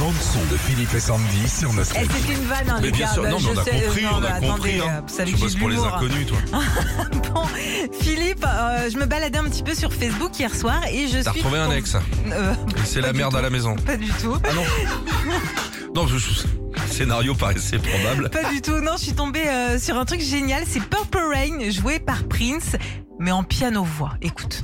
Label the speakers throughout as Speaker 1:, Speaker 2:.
Speaker 1: bande son de Philippe et Sandy sur Nostalgie.
Speaker 2: Eh, c'est une vanne, hein,
Speaker 3: Mais bien
Speaker 2: Ricard.
Speaker 3: sûr, non, mais
Speaker 2: Je
Speaker 3: on a
Speaker 2: sais-
Speaker 3: compris,
Speaker 2: non,
Speaker 3: on
Speaker 2: bah,
Speaker 3: a compris.
Speaker 2: attendez,
Speaker 3: hein.
Speaker 2: euh, vous savez
Speaker 3: Tu
Speaker 2: que j'ai
Speaker 3: bosses
Speaker 2: de
Speaker 3: pour les
Speaker 2: l'humour, hein.
Speaker 3: inconnus, toi.
Speaker 2: Bon, Philippe, euh, je me baladais un petit peu sur Facebook hier soir et je
Speaker 3: T'as
Speaker 2: suis.
Speaker 3: retrouvé un
Speaker 2: tombée-
Speaker 3: ex.
Speaker 2: Euh,
Speaker 3: Et c'est la
Speaker 2: du
Speaker 3: merde à la maison.
Speaker 2: Pas du tout.
Speaker 3: Ah non Non, je, je- le scénario paraissait probable.
Speaker 2: Pas du tout. Non, je suis tombée euh, sur un truc génial. C'est Purple Rain, joué par Prince, mais en piano-voix. Écoute.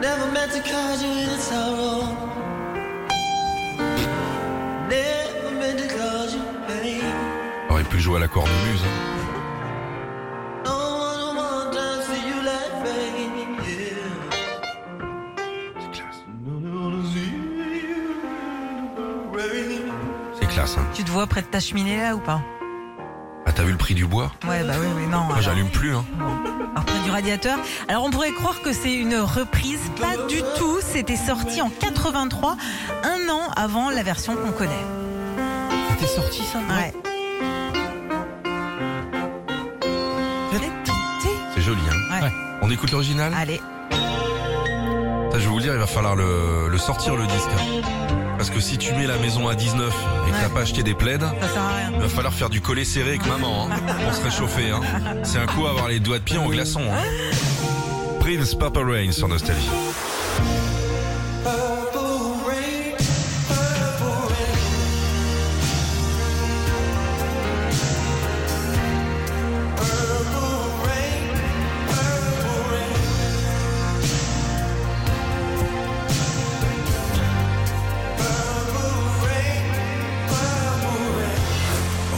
Speaker 4: Never meant to cause you any sorrow. Never meant to cause you pain.
Speaker 3: Aurait pu jouer à la cornemuse. hein.
Speaker 4: No one wants to see you like pain. Yeah. No one wanna see you rain.
Speaker 3: C'est classe, hein.
Speaker 2: Tu te vois près de ta cheminée là ou pas
Speaker 3: Ah, t'as vu le prix du bois
Speaker 2: Ouais, bah oui, oui, non.
Speaker 3: Moi,
Speaker 2: alors.
Speaker 3: j'allume plus, hein.
Speaker 2: Alors, près du radiateur. Alors on pourrait croire que c'est une reprise, pas du tout. C'était sorti en 83, un an avant la version qu'on connaît.
Speaker 5: C'était sorti ça
Speaker 2: Ouais. Je vais tenter.
Speaker 3: C'est joli, hein.
Speaker 2: Ouais.
Speaker 3: On écoute l'original
Speaker 2: Allez,
Speaker 3: Ça, je vais vous le dire, il va falloir le, le sortir le disque. hein. Parce que si tu mets la maison à 19 et que
Speaker 2: Ouais.
Speaker 3: t'as pas acheté des plaides,
Speaker 2: ça sert à rien.
Speaker 3: il va falloir faire du collet serré avec maman hein, pour se réchauffer. Hein. C'est un coup à avoir les doigts de pied en glaçon. Hein. Prince Papa Rain sur Nostalgie.